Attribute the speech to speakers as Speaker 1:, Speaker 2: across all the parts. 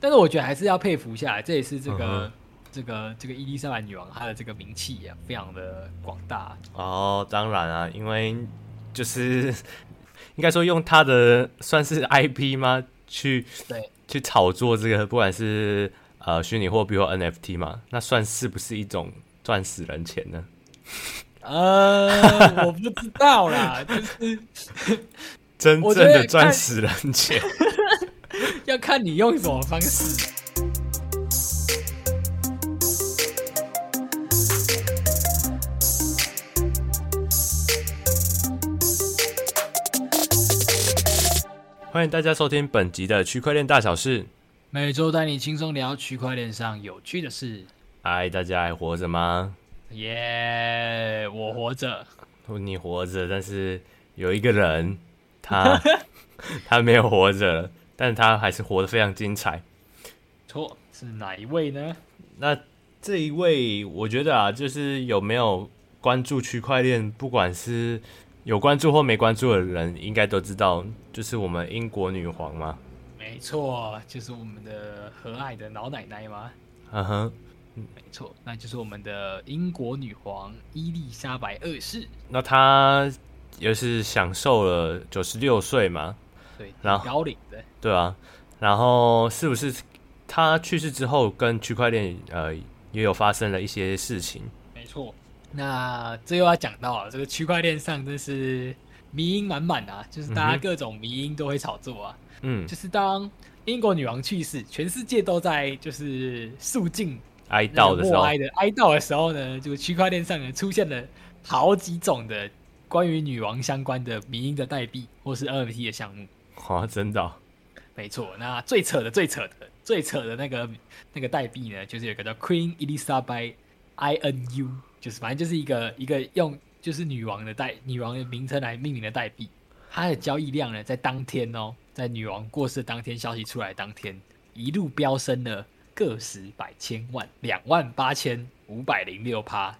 Speaker 1: 但是我觉得还是要佩服一下，这也是这个、
Speaker 2: 嗯哼
Speaker 1: 这个这个伊丽莎白女王她的这个名气也非常的广大。
Speaker 2: 哦，当然啊，因为就是 应该说用他的算是 IP 吗？去
Speaker 1: 对
Speaker 2: 去炒作这个，不管是呃虚拟货币或 NFT 嘛，那算是不是一种赚死人钱呢？
Speaker 1: 呃，我不知道啦，就是
Speaker 2: 真
Speaker 1: 我
Speaker 2: 正
Speaker 1: 觉得
Speaker 2: 的赚
Speaker 1: 看
Speaker 2: 死人钱。
Speaker 1: 要看你用什么方式。
Speaker 2: 欢迎大家收听本集的区块链大小事。
Speaker 1: 每周带你轻松聊区块链上有趣的事，
Speaker 2: 哎，大家还活着吗？
Speaker 1: 耶、我活着。
Speaker 2: 你活着，但是有一个人他 他没有活着了，但他还是活得非常精彩。
Speaker 1: 错，是哪一位呢？
Speaker 2: 那这一位，我觉得啊，就是有没有关注区块链，不管是有关注或没关注的人，应该都知道，就是我们英国女皇嘛。
Speaker 1: 没错，就是我们的和蔼的老奶奶吗？
Speaker 2: 嗯哼，
Speaker 1: 没错，那就是我们的英国女皇伊丽莎白二世。
Speaker 2: 那她也是享受了九十六岁嘛，
Speaker 1: 对，挺
Speaker 2: 然后
Speaker 1: 高龄的。
Speaker 2: 对啊，然后是不是她去世之后，跟区块链呃也有发生了一些事情？
Speaker 1: 没错，那这又要讲到了，这个区块链上真是迷因满满啊，就是大
Speaker 2: 嗯
Speaker 1: 家
Speaker 2: 哼
Speaker 1: 各种迷因都会炒作啊。
Speaker 2: 嗯
Speaker 1: 就是当英国女王去世，全世界都在就是肃静
Speaker 2: 哀
Speaker 1: 那
Speaker 2: 悼
Speaker 1: 个
Speaker 2: 的时候
Speaker 1: 默，哀的哀悼的时候呢，就区块链上呢出现了好几种的关于女王相关的迷因的代币或是 NFT 的项目。
Speaker 2: 哇，真的哦、
Speaker 1: 没错，那最扯的、最扯的、最扯的那个那个代币呢，就是有一个叫 Queen Elizabeth INU，就是反正就是一个一个用就是女王的代女王的名称来命名的代币。它的交易量呢，在当天哦，在女王过世当天消息出来当天，一路飙升了个十百千万两万八千五百零六趴，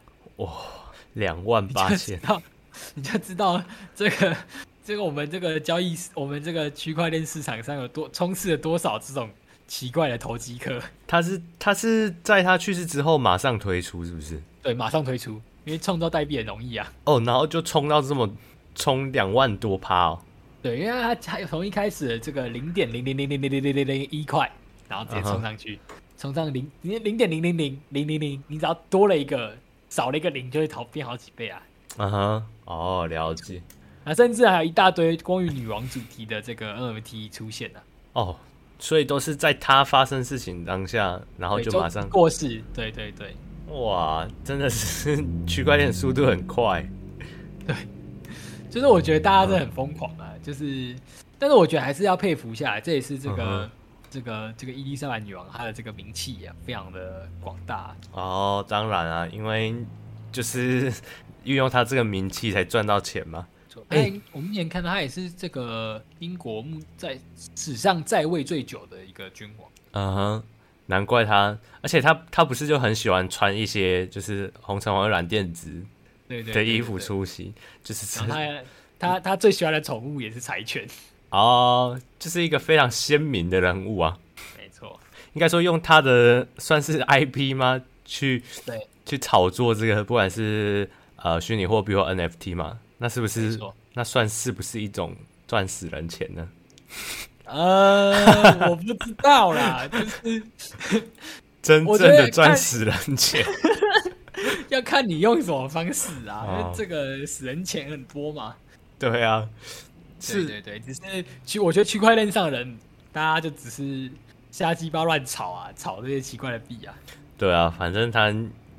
Speaker 2: 两万八
Speaker 1: 知
Speaker 2: 千，
Speaker 1: 道， 你就知道这个这个我们这个交易市，我们这个区块链市场上有多充斥了多少这种奇怪的投机客。
Speaker 2: 他是他是在他去世之后马上推出，是不是？
Speaker 1: 对，马上推出，因为创造代币很容易啊。
Speaker 2: 哦，然后就冲到这么冲两万多趴哦，
Speaker 1: 对，因为它它从一开始的这个零点零零零零零零零零零一块，然后直接
Speaker 2: 嗯哼
Speaker 1: 冲上去，冲上零零零点零零零零零零，你只要多了一个，少了一个零，就会逃变好几倍啊。
Speaker 2: 嗯哼，哦，了解，
Speaker 1: 啊，甚至还有一大堆关于女王主题的这个 NFT 出现啊。
Speaker 2: 哦，所以都是在他发生事情当下，然后
Speaker 1: 对
Speaker 2: 就
Speaker 1: 终
Speaker 2: 马
Speaker 1: 于
Speaker 2: 上，
Speaker 1: 过世，对对对，
Speaker 2: 哇，真的是 区块链速度很快，
Speaker 1: 就是我觉得大家真的很疯狂啊，就是，但是我觉得还是要佩服一下，这也是这个、
Speaker 2: 嗯哼
Speaker 1: 这个这个伊丽莎白女王她的这个名气也非常的广大，
Speaker 2: 哦，当然啊，因为就是 运用他这个名气才赚到钱嘛，
Speaker 1: 哎、
Speaker 2: 哎
Speaker 1: 我们眼看到她也是这个英国目在史上在位最久的一个君王，
Speaker 2: 嗯哼，难怪他，而且他他不是就很喜欢穿一些就是红橙黄绿蓝靛紫
Speaker 1: 对对
Speaker 2: 的
Speaker 1: 对
Speaker 2: 衣服
Speaker 1: 对
Speaker 2: 出席，就是
Speaker 1: 然后她她她最喜欢的宠物也是柴犬，
Speaker 2: 哦，就是一个非常鲜明的人物啊。
Speaker 1: 没错，
Speaker 2: 应该说用他的算是 IP 吗？去
Speaker 1: 对，
Speaker 2: 去炒作这个，不管是呃虚拟货币或 NFT 嘛，那是不
Speaker 1: 没
Speaker 2: 是
Speaker 1: 错。
Speaker 2: 那算是不是一种赚死人钱呢？
Speaker 1: 呃，我不知道啦，就是
Speaker 2: 真
Speaker 1: 我
Speaker 2: 正
Speaker 1: 觉得
Speaker 2: 的赚
Speaker 1: 看
Speaker 2: 死人钱
Speaker 1: 要看你用什么方式啊，因
Speaker 2: 哦
Speaker 1: 为这个死人钱很多嘛。
Speaker 2: 对啊，
Speaker 1: 对
Speaker 2: 是
Speaker 1: 对对，只是区，我觉得区块链上的人，大家就只是瞎鸡巴乱炒啊，炒这些奇怪的币啊。
Speaker 2: 对啊，反正他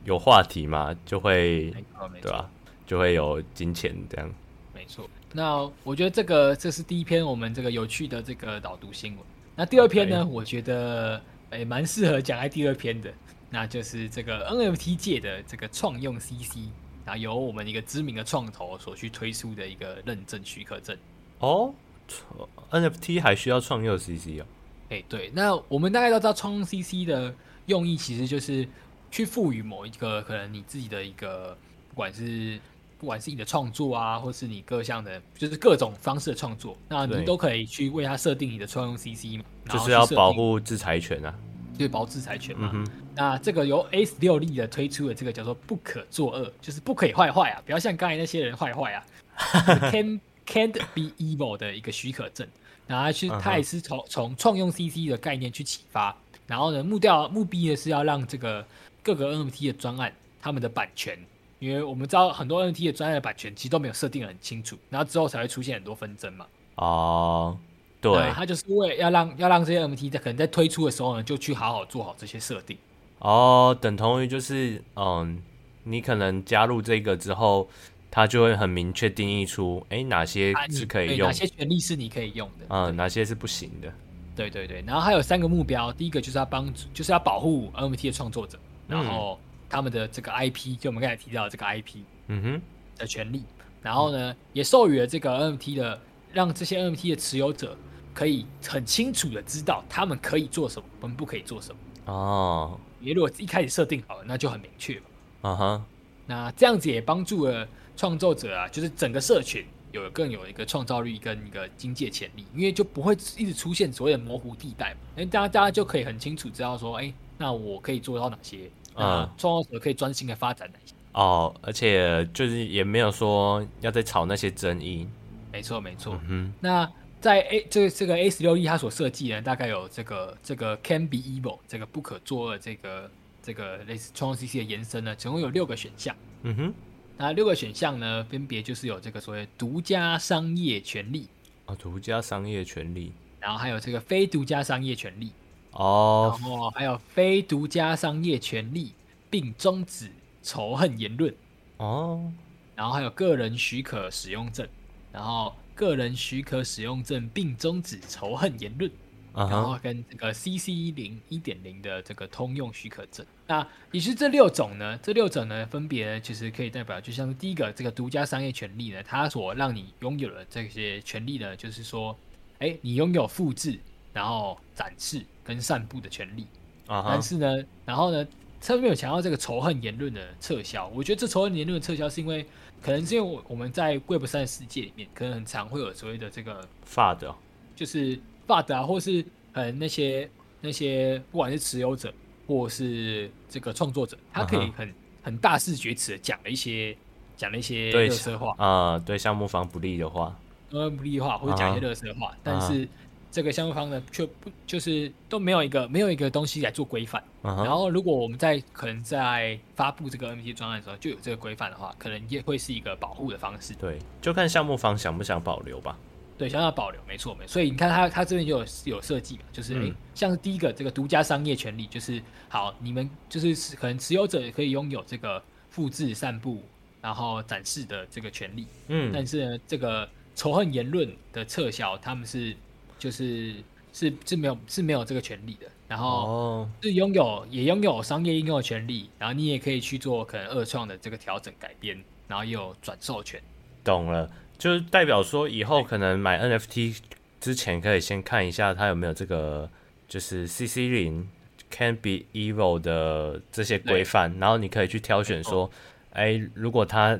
Speaker 2: 有话题嘛，就会
Speaker 1: 错，没
Speaker 2: 对啊吧、就会有金钱这样。
Speaker 1: 没错。那我觉得这个这是第一篇我们这个有趣的这个导读新闻。那第二篇呢
Speaker 2: OK
Speaker 1: 我觉得诶蛮适合讲在第二篇的，那就是这个 NFT 界的这个创用 CC，然后由我们一个知名的创投所去推出的一个认证许可证。
Speaker 2: 哦错，NFT 还需要创业 CC 哦。
Speaker 1: 哎、对，那我们大概都知道创用 CC 的用意其实就是去赋予某一个可能你自己的一个，不管是不管是你的创作啊，或是你各项的，就是各种方式的创作，那
Speaker 2: 对
Speaker 1: 你都可以去为它设定你的创用 CC 嘛，然
Speaker 2: 就
Speaker 1: 后
Speaker 2: 是
Speaker 1: 去
Speaker 2: 要
Speaker 1: 设定
Speaker 2: 保护制裁权啊。
Speaker 1: 对保护制裁权嘛。
Speaker 2: 嗯哼，
Speaker 1: 那这个由 A 十六力的推出的这个叫做不可作恶，就是不可以坏坏啊，不要像刚才那些人坏坏啊 ，can can't be evil 的一个许可证。然后它去
Speaker 2: 嗯哼
Speaker 1: 它也是从从创用 CC 的概念去启发，然后呢目标目的呢是要让这个各个 NFT 的专案他们的版权，因为我们知道很多 NFT 的专案的版权其实都没有设定得很清楚，然后之后才会出现很多纷争嘛。
Speaker 2: 哦，对，
Speaker 1: 那它就是为要让要让这些 NFT 在可能在推出的时候呢，就去好好做好这些设定。
Speaker 2: 哦，等同于就是，嗯，你可能加入这个之后，它就会很明确定义出，哎、哪些
Speaker 1: 啊，你
Speaker 2: 是可以
Speaker 1: 对
Speaker 2: 用
Speaker 1: 哪，些权利是你可以用的。
Speaker 2: 嗯，哪些是不行的。
Speaker 1: 对对对，然后还有三个目标，第一个就是要帮助，就是要保护 NFT 的创作者，然后他们的这个 IP，就我们刚才提到的这个 IP
Speaker 2: 嗯哼，
Speaker 1: 的权利，然后呢，也授予了这个 NFT 的，让这些 NFT 的持有者可以很清楚的知道他们可以做什么，我们不可以做什么。
Speaker 2: 哦，
Speaker 1: 因为如果一开始设定好了，那就很明确嘛。
Speaker 2: 啊哈，
Speaker 1: 那这样子也帮助了创作者啊，就是整个社群有更有一个创造力跟一个经济的潜力，因为就不会一直出现所谓的模糊地带嘛。哎，大家大家就可以很清楚知道说，哎、那我可以做到哪些，那
Speaker 2: 嗯
Speaker 1: 创作者可以专心的发展哪些。
Speaker 2: 哦，而且就是也没有说要再吵那些争议。
Speaker 1: 没错，没错。
Speaker 2: 嗯
Speaker 1: 那在 A 这这个 A 十六 E 它所设计的大概有这个这个 Can be evil 这个不可作恶这个这个类似创 CC 的延伸呢，总共有六个选项。
Speaker 2: 哼，嗯哼，
Speaker 1: 那六个选项呢，分别就是有这个所谓独家商业权利，
Speaker 2: 哦，独家商业权利，
Speaker 1: 然后还有这个非独家商业权利，然
Speaker 2: 哦，
Speaker 1: 后还有非独家商业权利，并终止仇恨言论，
Speaker 2: 哦，
Speaker 1: 然后还有个人许可使用证，然后个人许可使用证并终止仇恨言论，
Speaker 2: 啊
Speaker 1: 然后
Speaker 2: 哈，
Speaker 1: 跟这个 CC 零一点零的这个通用许可证。那也是这六种呢，这六种呢分别其实可以代表，就像是第一个这个独家商业权利呢，它所让你拥有的这些权利呢，就是说，哎，你拥有复制、然后展示跟散布的权利。
Speaker 2: 啊哈
Speaker 1: 但，是呢，然后呢，上面有强调这个仇恨言论的撤销。我觉得这仇恨言论的撤销是因为，可能是因为我我们在 Web 三的世界里面，可能很常会有所谓的这个
Speaker 2: 发的哦，
Speaker 1: 就是 FUD 啊，或是呃那些那些不管是持有者或是这个创作者，他可以
Speaker 2: 嗯哼
Speaker 1: 很、很大肆厥词地讲了一些讲了一些
Speaker 2: 对
Speaker 1: 热色话，
Speaker 2: 啊、对项目方不利的话，
Speaker 1: 呃不利的话，或者
Speaker 2: 嗯
Speaker 1: 讲一些热色话，但是这个项目方呢却不就是都没有一个没有一个东西来做规范。
Speaker 2: 啊
Speaker 1: 然
Speaker 2: 哈，
Speaker 1: 后如果我们在可能在发布这个 NFT 专案的时候就有这个规范的话，可能也会是一个保护的方式。
Speaker 2: 对，就看项目方想不想保留吧。
Speaker 1: 对，想要保留，没错没错。所以你看他他这边就有有设计嘛，就是
Speaker 2: 嗯
Speaker 1: 诶，像第一个这个独家商业权利，就是好，你们就是持可能持有者可以拥有这个复制、散布，然后展示的这个权利，
Speaker 2: 嗯，
Speaker 1: 但是呢，这个仇恨言论的撤销，他们是就是是是没有是没有这个权利的。然后
Speaker 2: 哦，
Speaker 1: 是拥有也拥有商业应用的权利，然后你也可以去做可能二创的这个调整改编，然后也有转授权。
Speaker 2: 懂了，就是代表说以后可能买 NFT 之前可以先看一下它有没有这个就是 CC 零 Can Be Evil 的这些规范，然后你可以去挑选说，哎、如果它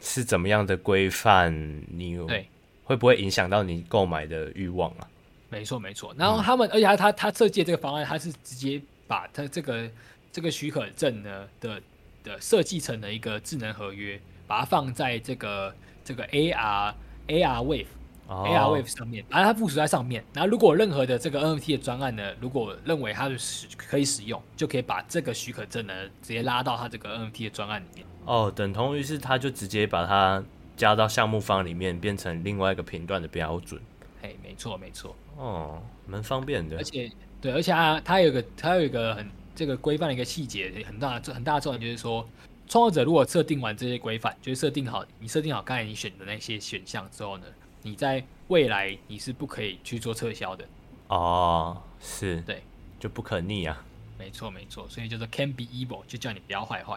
Speaker 2: 是怎么样的规范，你
Speaker 1: 对，
Speaker 2: 会不会影响到你购买的欲望啊？
Speaker 1: 没错没错，然后他们，而且他他他设计的这个方案，他是直接把他这个这个许可证呢的的设计成了一个智能合约，把它放在这个这个 AR AR Wave、
Speaker 2: 哦
Speaker 1: AR Wave 上面，然后它附属在上面。然后如果有任何的这个 NFT 的专案呢，如果认为它是使可以使用，就可以把这个许可证呢直接拉到它这个 NFT 的专案里面。
Speaker 2: 哦，等同于是它就直接把它加到项目方里面，变成另外一个评断的标准。
Speaker 1: 哎，没错没错。
Speaker 2: 哦，蛮方便的
Speaker 1: 而。且对，而且它它有一个它有一个很这个规范的一个细节，很大很大的重点就是说，创作者如果设定完这些规范，就是设定好你设定好刚才你选的那些选项之后呢，你在未来你是不可以去做撤销的。
Speaker 2: 哦，是，
Speaker 1: 对，
Speaker 2: 就不可逆啊。
Speaker 1: 没错没错，所以叫做 can be evil，就叫你不要坏坏。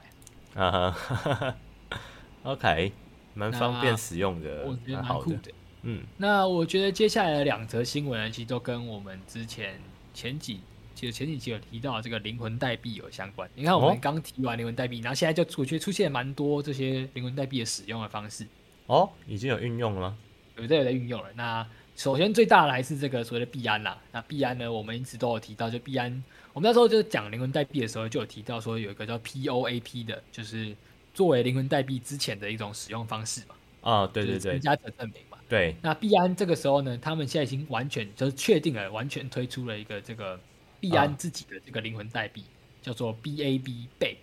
Speaker 2: 啊哈，OK，蛮
Speaker 1: 那
Speaker 2: 方便使用的
Speaker 1: 我，觉得蛮
Speaker 2: 蛮好
Speaker 1: 酷
Speaker 2: 的
Speaker 1: 的。。
Speaker 2: 嗯，
Speaker 1: 那我觉得接下来的两则新闻呢，其实都跟我们之前前几其实前几期有提到这个灵魂代币有相关。你看我们
Speaker 2: 哦
Speaker 1: 刚提完灵魂代币，然后现在就出去出现蛮多这些灵魂代币的使用的方式，
Speaker 2: 哦，已经有运用了吗？
Speaker 1: 有在有在运用了。那首先最大的还是这个所谓的币安啦。那币安呢，我们一直都有提到，就币安，我们那时候就是讲灵魂代币的时候，就有提到说有一个叫 POAP 的，就是作为灵魂代币之前的一种使用方式嘛，
Speaker 2: 啊，对
Speaker 1: 就
Speaker 2: 对
Speaker 1: 是
Speaker 2: 对
Speaker 1: 增加者证明嘛。
Speaker 2: 对，
Speaker 1: 那币安这个时候呢，他们现在已经完全就是确定了，完全推出了一个这个币安
Speaker 2: 啊
Speaker 1: 自己的这个灵魂代币，叫做 BAB BAB。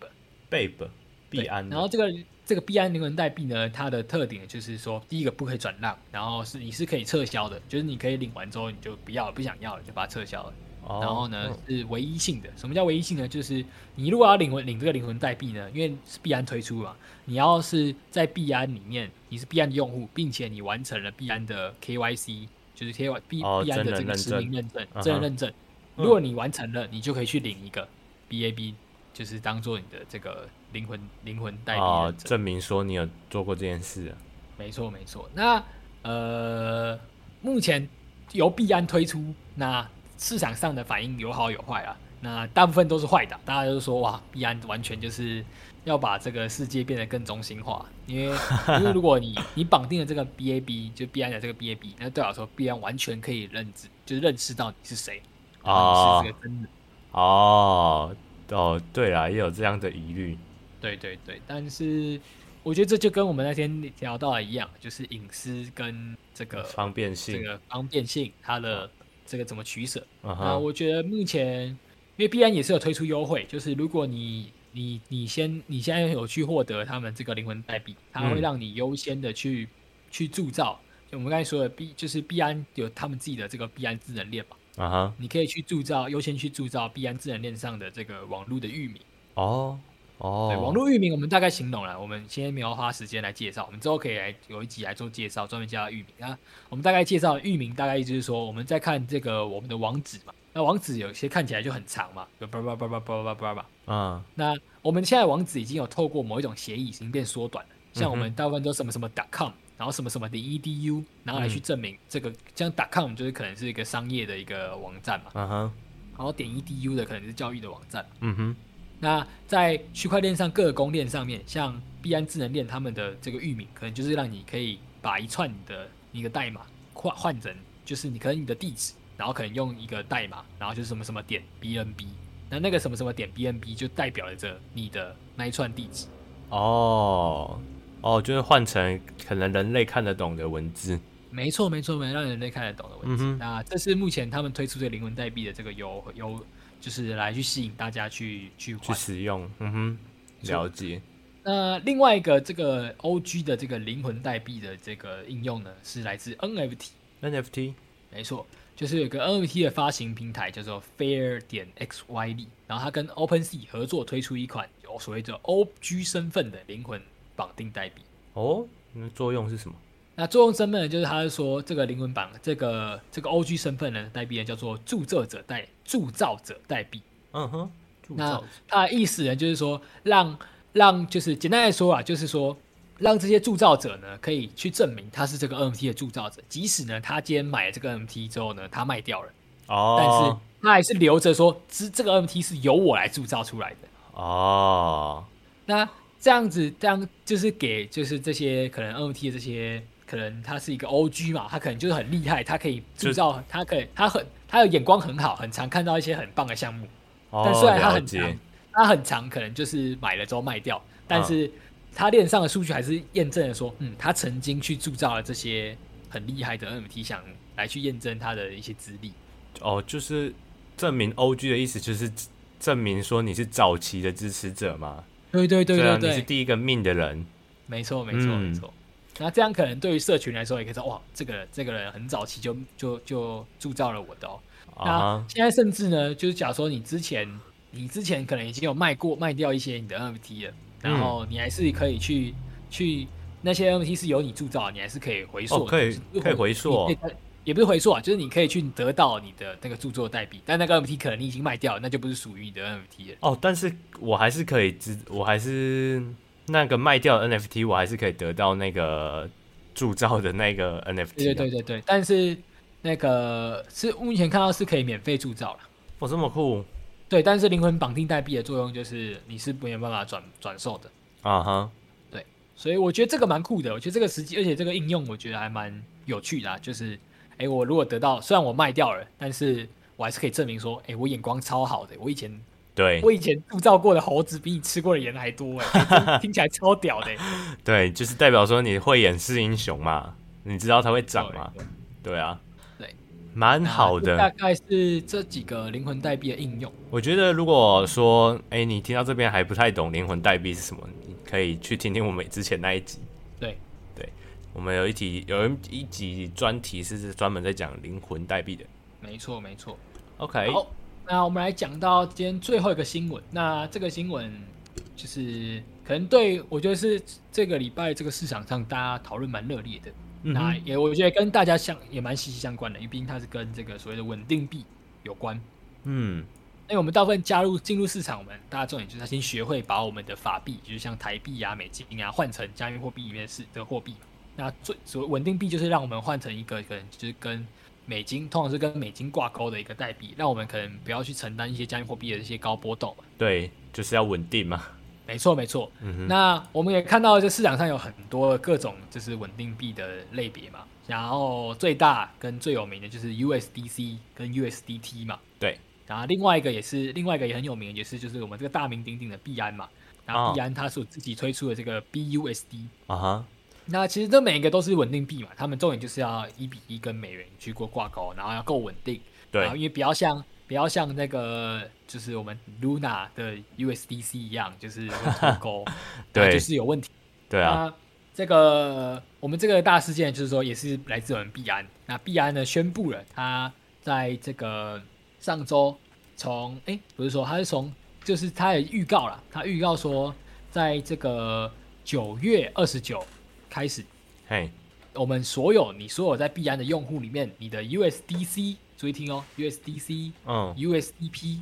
Speaker 2: 贝本币
Speaker 1: 对
Speaker 2: 安的，
Speaker 1: 然后这个这个币安灵魂代币呢，它的特点就是说，第一个不可以转让，然后是你是可以撤销的，就是你可以领完之后你就不要了，不想要了就把它撤销了。
Speaker 2: 哦
Speaker 1: 然后呢、是唯一性的，什么叫唯一性呢？就是你如果要领魂领这个灵魂代币呢，因为是币安推出嘛，你要是在币安里面你是币安的用户，并且你完成了币安的 KYC，就是 K Y 币
Speaker 2: 哦
Speaker 1: 币安的这
Speaker 2: 真人
Speaker 1: 个
Speaker 2: 认
Speaker 1: 实名
Speaker 2: 证
Speaker 1: 认证
Speaker 2: 嗯哼
Speaker 1: 真人认证，如果你完成了，你就可以去领一个 BAB，就是当做你的这个灵魂灵魂代币
Speaker 2: 啊，
Speaker 1: 认证。
Speaker 2: 证明说你有做过这件事啊，
Speaker 1: 没错，没错。那呃，目前由币安推出，那市场上的反应有好有坏啊。那大部分都是坏的，大家都说哇，币安完全就是要把这个世界变得更中心化，因为因为如果你你绑定了这个 BAB，就币安的这个 BAB，那对我来说，币安完全可以认知，就是认识到你是谁，然后
Speaker 2: 哦
Speaker 1: 你是这个真人。
Speaker 2: 哦哦，对啦，也有这样的疑虑，
Speaker 1: 对对对，但是我觉得这就跟我们那天聊到的一样，就是隐私跟这个
Speaker 2: 方便
Speaker 1: 这
Speaker 2: 性，
Speaker 1: 个方便性，它的这个怎么取舍。
Speaker 2: 嗯
Speaker 1: 啊，
Speaker 2: 哼，
Speaker 1: 我觉得目前因为币安也是有推出优惠，就是如果你你你先你现在有去获得他们这个灵魂代币，它会
Speaker 2: 嗯
Speaker 1: 让你优先的去、去铸造。就我们刚才说的币，就是币安有他们自己的这个币安智能链嘛，
Speaker 2: 嗯哼，
Speaker 1: 你可以去铸造，优先去铸造币安智能链上的这个网络的域名。
Speaker 2: 哦
Speaker 1: 对，网
Speaker 2: 哦，
Speaker 1: 络域名我们大概形容了，我们今天没有花时间来介绍，我们之后可以来有一集来做介绍，专门介绍域名。那我们大概介绍域名，大概意思就是说我们在看这个我们的网址嘛，那网址有些看起来就很长嘛，就叭叭叭叭叭叭叭叭。
Speaker 2: 嗯
Speaker 1: 那我们现在网址已经有透过某一种协议已经变缩短了，像我
Speaker 2: 嗯
Speaker 1: 们
Speaker 2: 哼
Speaker 1: 大部分都什么什么 .com，然后什么什么的 E .edu，然后来去证明这个，像 .com 就是可能是一个商业的一个网站嘛，
Speaker 2: 嗯哼，
Speaker 1: 然后点 .edu 的可能是教育的网站。
Speaker 2: 嗯哼，
Speaker 1: 那在区块链上各个公链上面，像币安智能链他们的这个域名，可能就是让你可以把一串你的一个代码换换成，就是你可能你的地址，然后可能用一个代码，然后就是什么什么点 BNB，那那个什么什么点 BNB 就代表着你的那一串地址。
Speaker 2: 哦哦，就是换成可能人类看得懂的文字，
Speaker 1: 没错，没错，没错让人类看得懂的文字。
Speaker 2: 嗯哼
Speaker 1: 那这是目前他们推出的灵魂代币的这个优优，就是来去吸引大家去去
Speaker 2: 去
Speaker 1: 换。
Speaker 2: 使用，嗯哼，了解，
Speaker 1: 那另外一个这个 O G 的这个灵魂代币的这个应用呢，是来自 N F T，
Speaker 2: NFT
Speaker 1: 没错，就是有一个 N F T 的发行平台叫做 Fair 点 X Y D，然后它跟 Open Sea 合作推出一款有所谓的 O G 身份的灵魂绑定代币。
Speaker 2: 哦，那作用是什么？
Speaker 1: 那作用身份呢，就是它是说这个灵魂绑这个这个 O G 身份呢代币呢叫做铸造者代铸造者代币。
Speaker 2: 嗯哼，铸
Speaker 1: 那
Speaker 2: 造
Speaker 1: 它的意思呢，就是说让让就是简单来说啊，就是说让这些铸造者呢可以去证明他是这个 NFT 的铸造者，即使呢他今天买了这个 NFT 之后呢，他卖掉了，但是
Speaker 2: 哦，
Speaker 1: 他还是留着说，这这个 NFT 是由我来铸造出来的。
Speaker 2: 哦，
Speaker 1: 那这样子，这样就是给就是这些可能 NFT 的这些，可能他是一个 OG 嘛，他可能就是很厉害，他可以
Speaker 2: 就
Speaker 1: 铸造，他可以他很他的眼光很好，很常看到一些很棒的项目。
Speaker 2: 哦
Speaker 1: 但虽然它
Speaker 2: 了
Speaker 1: 很
Speaker 2: 解
Speaker 1: 长，，它很长，可能就是买了之后卖掉，但是它链上的数据还是验证了说，嗯，他曾经去铸造了这些很厉害的 NFT 项目，来去验证他的一些资历。
Speaker 2: 哦，就是证明 OG 的意思就是证明说你是早期的支持者嘛，
Speaker 1: 对对对
Speaker 2: 啊，
Speaker 1: 对
Speaker 2: 你是
Speaker 1: 对，
Speaker 2: 第一个命的人，
Speaker 1: 没错没错
Speaker 2: 嗯
Speaker 1: 没错。那这样可能对于社群来说，也可以说哇，这个人这个人很早期就就就铸造了我的哦。那
Speaker 2: 啊
Speaker 1: 现在甚至呢，就是假如说你之前，你之前可能已经有卖过卖掉一些你的 NFT 了，然后你还是可以去去那些 NFT 是由你铸造的，你还是可以回溯
Speaker 2: 哦
Speaker 1: 的，
Speaker 2: 可以
Speaker 1: 就是
Speaker 2: 可以回溯哦
Speaker 1: 你可以也不是回溯啊，就是你可以去得到你的那个著作代币，但那个 NFT 可能你已经卖掉了，那就不是属于你的 NFT 了。
Speaker 2: 哈哦，但是我还是可以知，我还是那个卖掉的 NFT，我还是可以得到那个铸造的那个 NFT，、啊、
Speaker 1: 对对对对对，但是那个是目前看到是可以免费铸造了。
Speaker 2: 哇，这么酷
Speaker 1: 对，但是灵魂绑定代币的作用就是你是没有办法转转售的，
Speaker 2: 啊哈！
Speaker 1: 所以我觉得这个蛮酷的。我觉得这个实际，而且这个应用我觉得还蛮有趣的、啊，就是哎、诶我如果得到，虽然我卖掉了，但是我还是可以证明说，哎、我眼光超好的，我以前
Speaker 2: 对
Speaker 1: 我以前铸造过的猴子比你吃过的盐还多、诶哎，真 听起来超屌的、
Speaker 2: 对，就是代表说你会演示英雄嘛，你知道它会涨嘛？
Speaker 1: 对
Speaker 2: 对啊，
Speaker 1: 对，
Speaker 2: 蛮
Speaker 1: 那
Speaker 2: 好
Speaker 1: 这大
Speaker 2: 的。
Speaker 1: 概是这几个灵魂代币的应用。
Speaker 2: 我觉得如果说，哎、你听到这边还不太懂灵魂代币是什么，你可以去听听我们之前那一集。
Speaker 1: 对，
Speaker 2: 我们有一题有一一集专题是专门在讲灵魂代币的。
Speaker 1: 没错，没错。
Speaker 2: OK，嗯
Speaker 1: 好，那我们来讲到今天最后一个新闻。那这个新闻就是可能对我觉得是这个礼拜这个市场上大家讨论蛮热烈的。
Speaker 2: 嗯
Speaker 1: 那
Speaker 2: 哼
Speaker 1: 也我觉得跟大家相也蛮息息相关的，因为毕竟它是跟这个所谓的稳定币有关。
Speaker 2: 嗯，
Speaker 1: 因为我们大部分加入进入市场，我们大家重点就是要先学会把我们的法币，就是像台币啊、美金啊，换成加密货币里面的是的货币嘛。那最所谓稳定币就是让我们换成一个可能就是跟美金，通常是跟美金挂钩的一个代币，让我们可能不要去承担一些加密货币的一些高波动嘛。
Speaker 2: 对，就是要稳定嘛。
Speaker 1: 没错，没错。
Speaker 2: 嗯哼，
Speaker 1: 那我们也看到，这市场上有很多各种就是稳定币的类别嘛，然后最大跟最有名的就是 USDC 跟 USDT 嘛，
Speaker 2: 对，
Speaker 1: 然后另外一个也是另外一个也很有名，也是就是我们这个大名鼎鼎的币安嘛，然后
Speaker 2: 哦
Speaker 1: 币安它所自己推出的这个 BUSD，、
Speaker 2: 啊哈，
Speaker 1: 那其实这每一个都是稳定币嘛，他们重点就是要一比一跟美元去过挂钩，然后要够稳定，然后
Speaker 2: 对，，
Speaker 1: 啊因为比较像比较像那个就是我们 Luna 的 USDC 一样，就是会脱钩
Speaker 2: 对
Speaker 1: 然后就是有问题。
Speaker 2: 对啊，
Speaker 1: 那这个我们这个大事件就是说，也是来自我们币安。那币安呢宣布了，他在这个上周从哎、不是说他是从，就是他也预告了，他预告说，在这个九月二十九开始，
Speaker 2: 嘿，
Speaker 1: 我们所有你所有在币安的用户里面，你的 USDC 注意听哦，USDC、
Speaker 2: 嗯，
Speaker 1: USDP、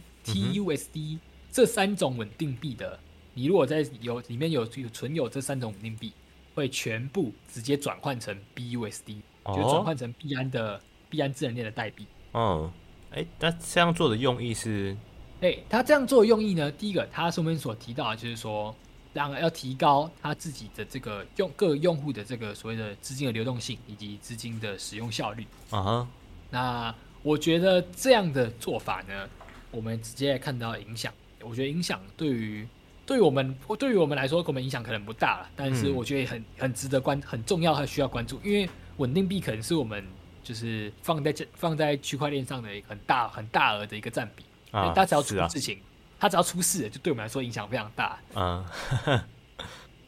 Speaker 1: TUSD 这三种稳定币的，你如果在有里面有有存有这三种稳定币，会全部直接转换成 BUSD，、就是转
Speaker 2: 哦，
Speaker 1: 换成币安的币安智能链的代币。
Speaker 2: 嗯，哎、那这样做的用意是，
Speaker 1: 对他这样做的用意呢，第一个，他上面所提到的就是说，让要提高他自己的这个用各用户的这个所谓的资金的流动性以及资金的使用效率。
Speaker 2: 啊哈，
Speaker 1: 那我觉得这样的做法呢，我们直接看到影响。我觉得影响对于对于我们对于我们来说，我们影响可能不大了，但是
Speaker 2: 嗯
Speaker 1: 我觉得也很很值得关很重要和需要关注，因为稳定币可能是我们就是放在这放在区块链上的一个很大很大额的一个占比。
Speaker 2: 啊，
Speaker 1: 它只要出
Speaker 2: 是啊，
Speaker 1: 事情，它只要出事了，就对我们来说影响非常大。
Speaker 2: 嗯，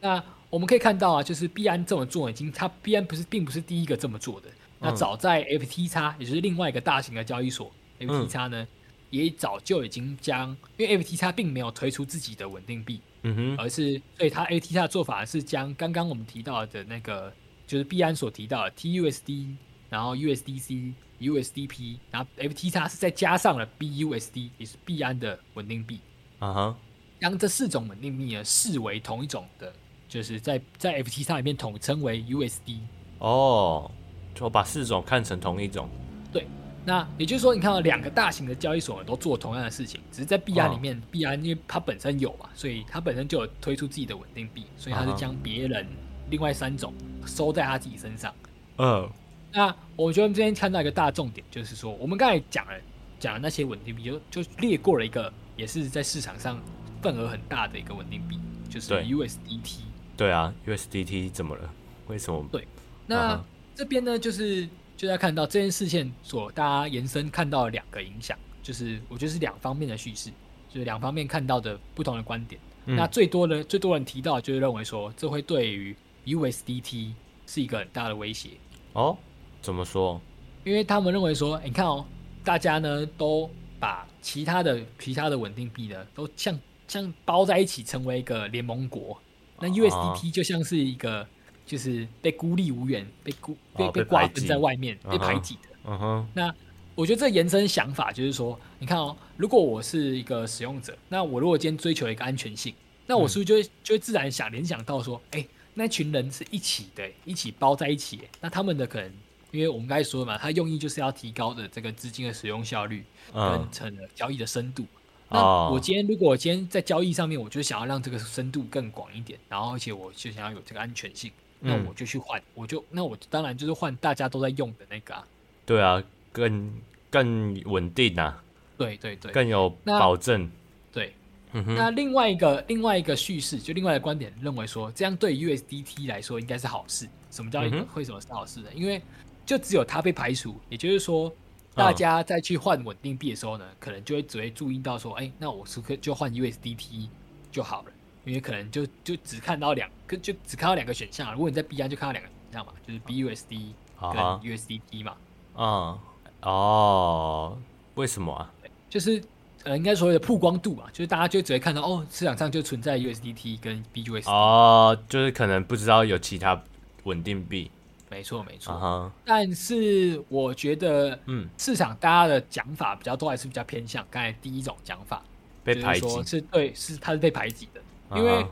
Speaker 1: 那我们可以看到啊，就是币安这么做已经，它币安不是并不是第一个这么做的。那
Speaker 2: 嗯
Speaker 1: 早在 FT x 也就是另外一个大型的交易所 FT x 呢，也早就已经将，因为 FT x 并没有推出自己的稳定币，
Speaker 2: 嗯哼，
Speaker 1: 而是所以它 FT x 的做法是将刚刚我们提到的那个，就是币安所提到的 TUSD，然后 USDC、USDP，然后 FT x 是再加上了 BUSD，也是币安的稳定币。
Speaker 2: 啊哈，
Speaker 1: 将这四种稳定币呢视为同一种的，就是在在 FT 上里面统称为 USD。
Speaker 2: 哦，就把四种看成同一种，
Speaker 1: 对，那也就是说，你看到两个大型的交易所呢都做同样的事情，只是在币安里面，币、安因为它本身有嘛，所以它本身就有推出自己的稳定币，所以它
Speaker 2: 啊
Speaker 1: 是
Speaker 2: 哈
Speaker 1: 将别人另外三种收在他自己身上。
Speaker 2: 嗯，
Speaker 1: 那我觉得我们今天看到一个大重点，就是说我们刚才讲了讲了那些稳定币，就就列过了一个也是在市场上份额很大的一个稳定币，就是
Speaker 2: 对
Speaker 1: USDT。
Speaker 2: 对啊，USDT 怎么了？为什么？
Speaker 1: 对，
Speaker 2: 啊
Speaker 1: 那
Speaker 2: 哈
Speaker 1: 这边呢，就是就在看到这件事件所大家延伸看到的两个影响，就是我觉得是两方面的叙事，就是两方面看到的不同的观点。
Speaker 2: 嗯
Speaker 1: 那最多的最多人提到就是认为说，这会对于 USDT 是一个很大的威胁，
Speaker 2: 哦，怎么说？
Speaker 1: 因为他们认为说，诶你看哦，大家呢都把其他的其他的稳定币呢都像像包在一起成为一个联盟国，那
Speaker 2: 哦
Speaker 1: USDT 就像是一个就是被孤立无援、被孤被
Speaker 2: 哦被
Speaker 1: 被
Speaker 2: 排
Speaker 1: 瓜分
Speaker 2: 挤
Speaker 1: 在外面、被排
Speaker 2: 嗯哼
Speaker 1: 挤的。
Speaker 2: 嗯哼，
Speaker 1: 那我觉得这延伸想法就是说，你看哦，如果我是一个使用者，那我如果今天追求一个安全性，那我是不是就会、
Speaker 2: 嗯
Speaker 1: 就会自然想联想到说，哎、那群人是一起的，一起包在一起，那他们的可能因为我们刚才说了嘛，它用意就是要提高的这个资金的使用效率
Speaker 2: 嗯
Speaker 1: 跟成了交易的深度。
Speaker 2: 哦
Speaker 1: 那我今天如果我今天在交易上面，我就想要让这个深度更广一点，然后而且我就想要有这个安全性，那
Speaker 2: 嗯
Speaker 1: 我就去换，我就那我当然就是换大家都在用的那个啊。
Speaker 2: 对啊，更更稳定啊，
Speaker 1: 对对对
Speaker 2: 更有
Speaker 1: 那
Speaker 2: 保证。
Speaker 1: 对。
Speaker 2: 嗯哼，
Speaker 1: 那另外一个另外一个叙事，就另外的观点认为说，这样对于 USDT 来说应该是好事。什么叫
Speaker 2: 嗯哼
Speaker 1: 会什么是好事呢？因为就只有它被排除，也就是说，
Speaker 2: 啊
Speaker 1: 大家在去换稳定币的时候呢，可能就会只会注意到说，哎，那我是可就换 USDT 就好了，因为可能就就只看到两个，就只看到两个选项啊。如果你在 B 安就看到两个选项嘛，就是 BUSD 跟
Speaker 2: 啊哈
Speaker 1: USDT 嘛，
Speaker 2: 嗯，哦，为什么啊？
Speaker 1: 就是呃，应该所谓的曝光度嘛，就是大家就只会看到哦，市场上就存在 USDT 跟 BUSD，、
Speaker 2: 哦，就是可能不知道有其他稳定币
Speaker 1: 没错没错。
Speaker 2: 啊哈，
Speaker 1: 但是我觉得
Speaker 2: 嗯，
Speaker 1: 市场大家的讲法比较都还是比较偏向刚才第一种讲法，
Speaker 2: 被
Speaker 1: 就是
Speaker 2: 排挤
Speaker 1: 说，是对，是它是被排挤的，
Speaker 2: 啊哈
Speaker 1: 因为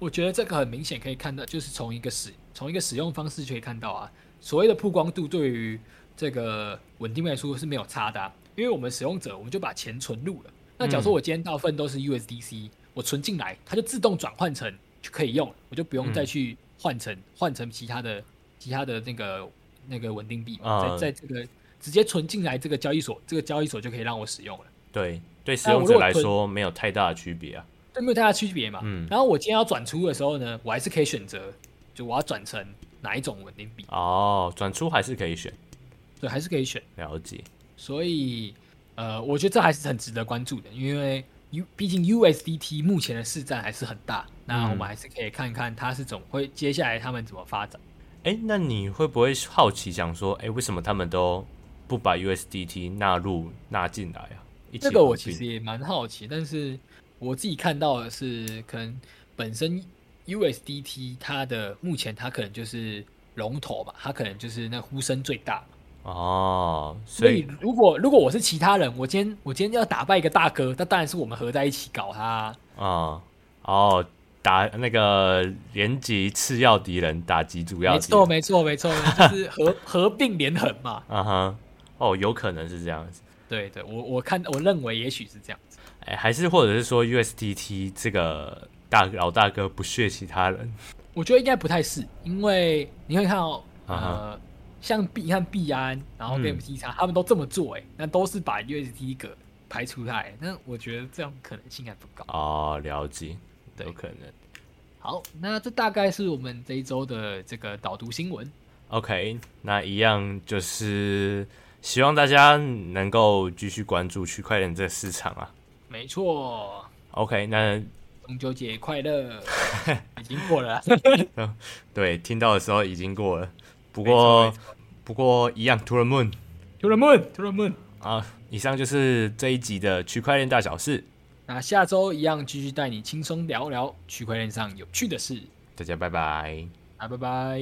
Speaker 1: 我觉得这个很明显可以看到，就是从一个使从一个使用方式就可以看到啊，所谓的曝光度对于这个稳定币来说是没有差的啊、因为我们使用者我们就把钱存入了。那假如
Speaker 2: 嗯
Speaker 1: 说我今天大部分都是 USDC，、我存进来，它就自动转换成就可以用了，我就不
Speaker 2: 嗯
Speaker 1: 用再去换成换成其他的其他的那个那个稳定币嘛，
Speaker 2: 啊
Speaker 1: 在在这个直接存进来这个交易所，这个交易所就可以让我使用了。
Speaker 2: 对对使
Speaker 1: 那
Speaker 2: 用
Speaker 1: 我
Speaker 2: 者
Speaker 1: 如果
Speaker 2: 来
Speaker 1: 存
Speaker 2: 说没有太大的区别啊。
Speaker 1: 对，没有太大区别嘛。
Speaker 2: 嗯
Speaker 1: 然后我今天要转出的时候呢，我还是可以选择，就我要转成哪一种稳定币，
Speaker 2: 哦，转出还是可以选，
Speaker 1: 对，还是可以选。
Speaker 2: 了解。
Speaker 1: 所以，呃，我觉得这还是很值得关注的，因为 U 毕竟 USDT 目前的市占还是很大，那我们还是可以看看它是怎么会接下来他们怎么发展。
Speaker 2: 哎，那你会不会好奇想说，哎，为什么他们都不把 USDT 纳入纳进来啊？一起
Speaker 1: 这个我
Speaker 2: 合
Speaker 1: 其
Speaker 2: 并
Speaker 1: 实也蛮好奇，但是我自己看到的是，可能本身 USDT 它的目前它可能就是龙头嘛，它可能就是那呼声最大嘛
Speaker 2: 哦，
Speaker 1: 所
Speaker 2: 所
Speaker 1: 以
Speaker 2: 以
Speaker 1: 如果如果我是其他人，我今天我今天要打败一个大哥，那当然是我们合在一起搞他啊。
Speaker 2: 啊、哦，打那个连击次要敌人，打击主要
Speaker 1: 没
Speaker 2: 敌
Speaker 1: 错，
Speaker 2: 人。
Speaker 1: 没错，没错，就是合 合并连横嘛。
Speaker 2: 嗯哼，哦，有可能是这样子。
Speaker 1: 对对，我我看我认为也许是这样子。
Speaker 2: 哎，还是或者是说 USDT 这个大老大哥不屑其他人
Speaker 1: 我觉得应该不太是，因为你会看到呃，
Speaker 2: 啊
Speaker 1: 像币你看币安，然后
Speaker 2: 嗯
Speaker 1: BMT 叉、他们都这么做、欸，那都是把 UST 给排除开。那我觉得这样可能性还不高。
Speaker 2: 哦，了解，
Speaker 1: 对
Speaker 2: 有可能。
Speaker 1: 好，那这大概是我们这一周的这个导读新闻。
Speaker 2: OK，那一样就是希望大家能够继续关注区块链这个市场啊。
Speaker 1: 没错，
Speaker 2: OK，那
Speaker 1: 中秋节快乐， 已经过了啊。
Speaker 2: 对听到的时候已经过了，不
Speaker 1: 没错
Speaker 2: 过不过一样 t o the Moon。
Speaker 1: To the moon, to the moon。
Speaker 2: 啊，以上就是这一集的区块链大小事，
Speaker 1: 那下周一样继续带你轻松聊聊区块链上有趣的事。
Speaker 2: 大家拜拜。
Speaker 1: 啊，拜拜。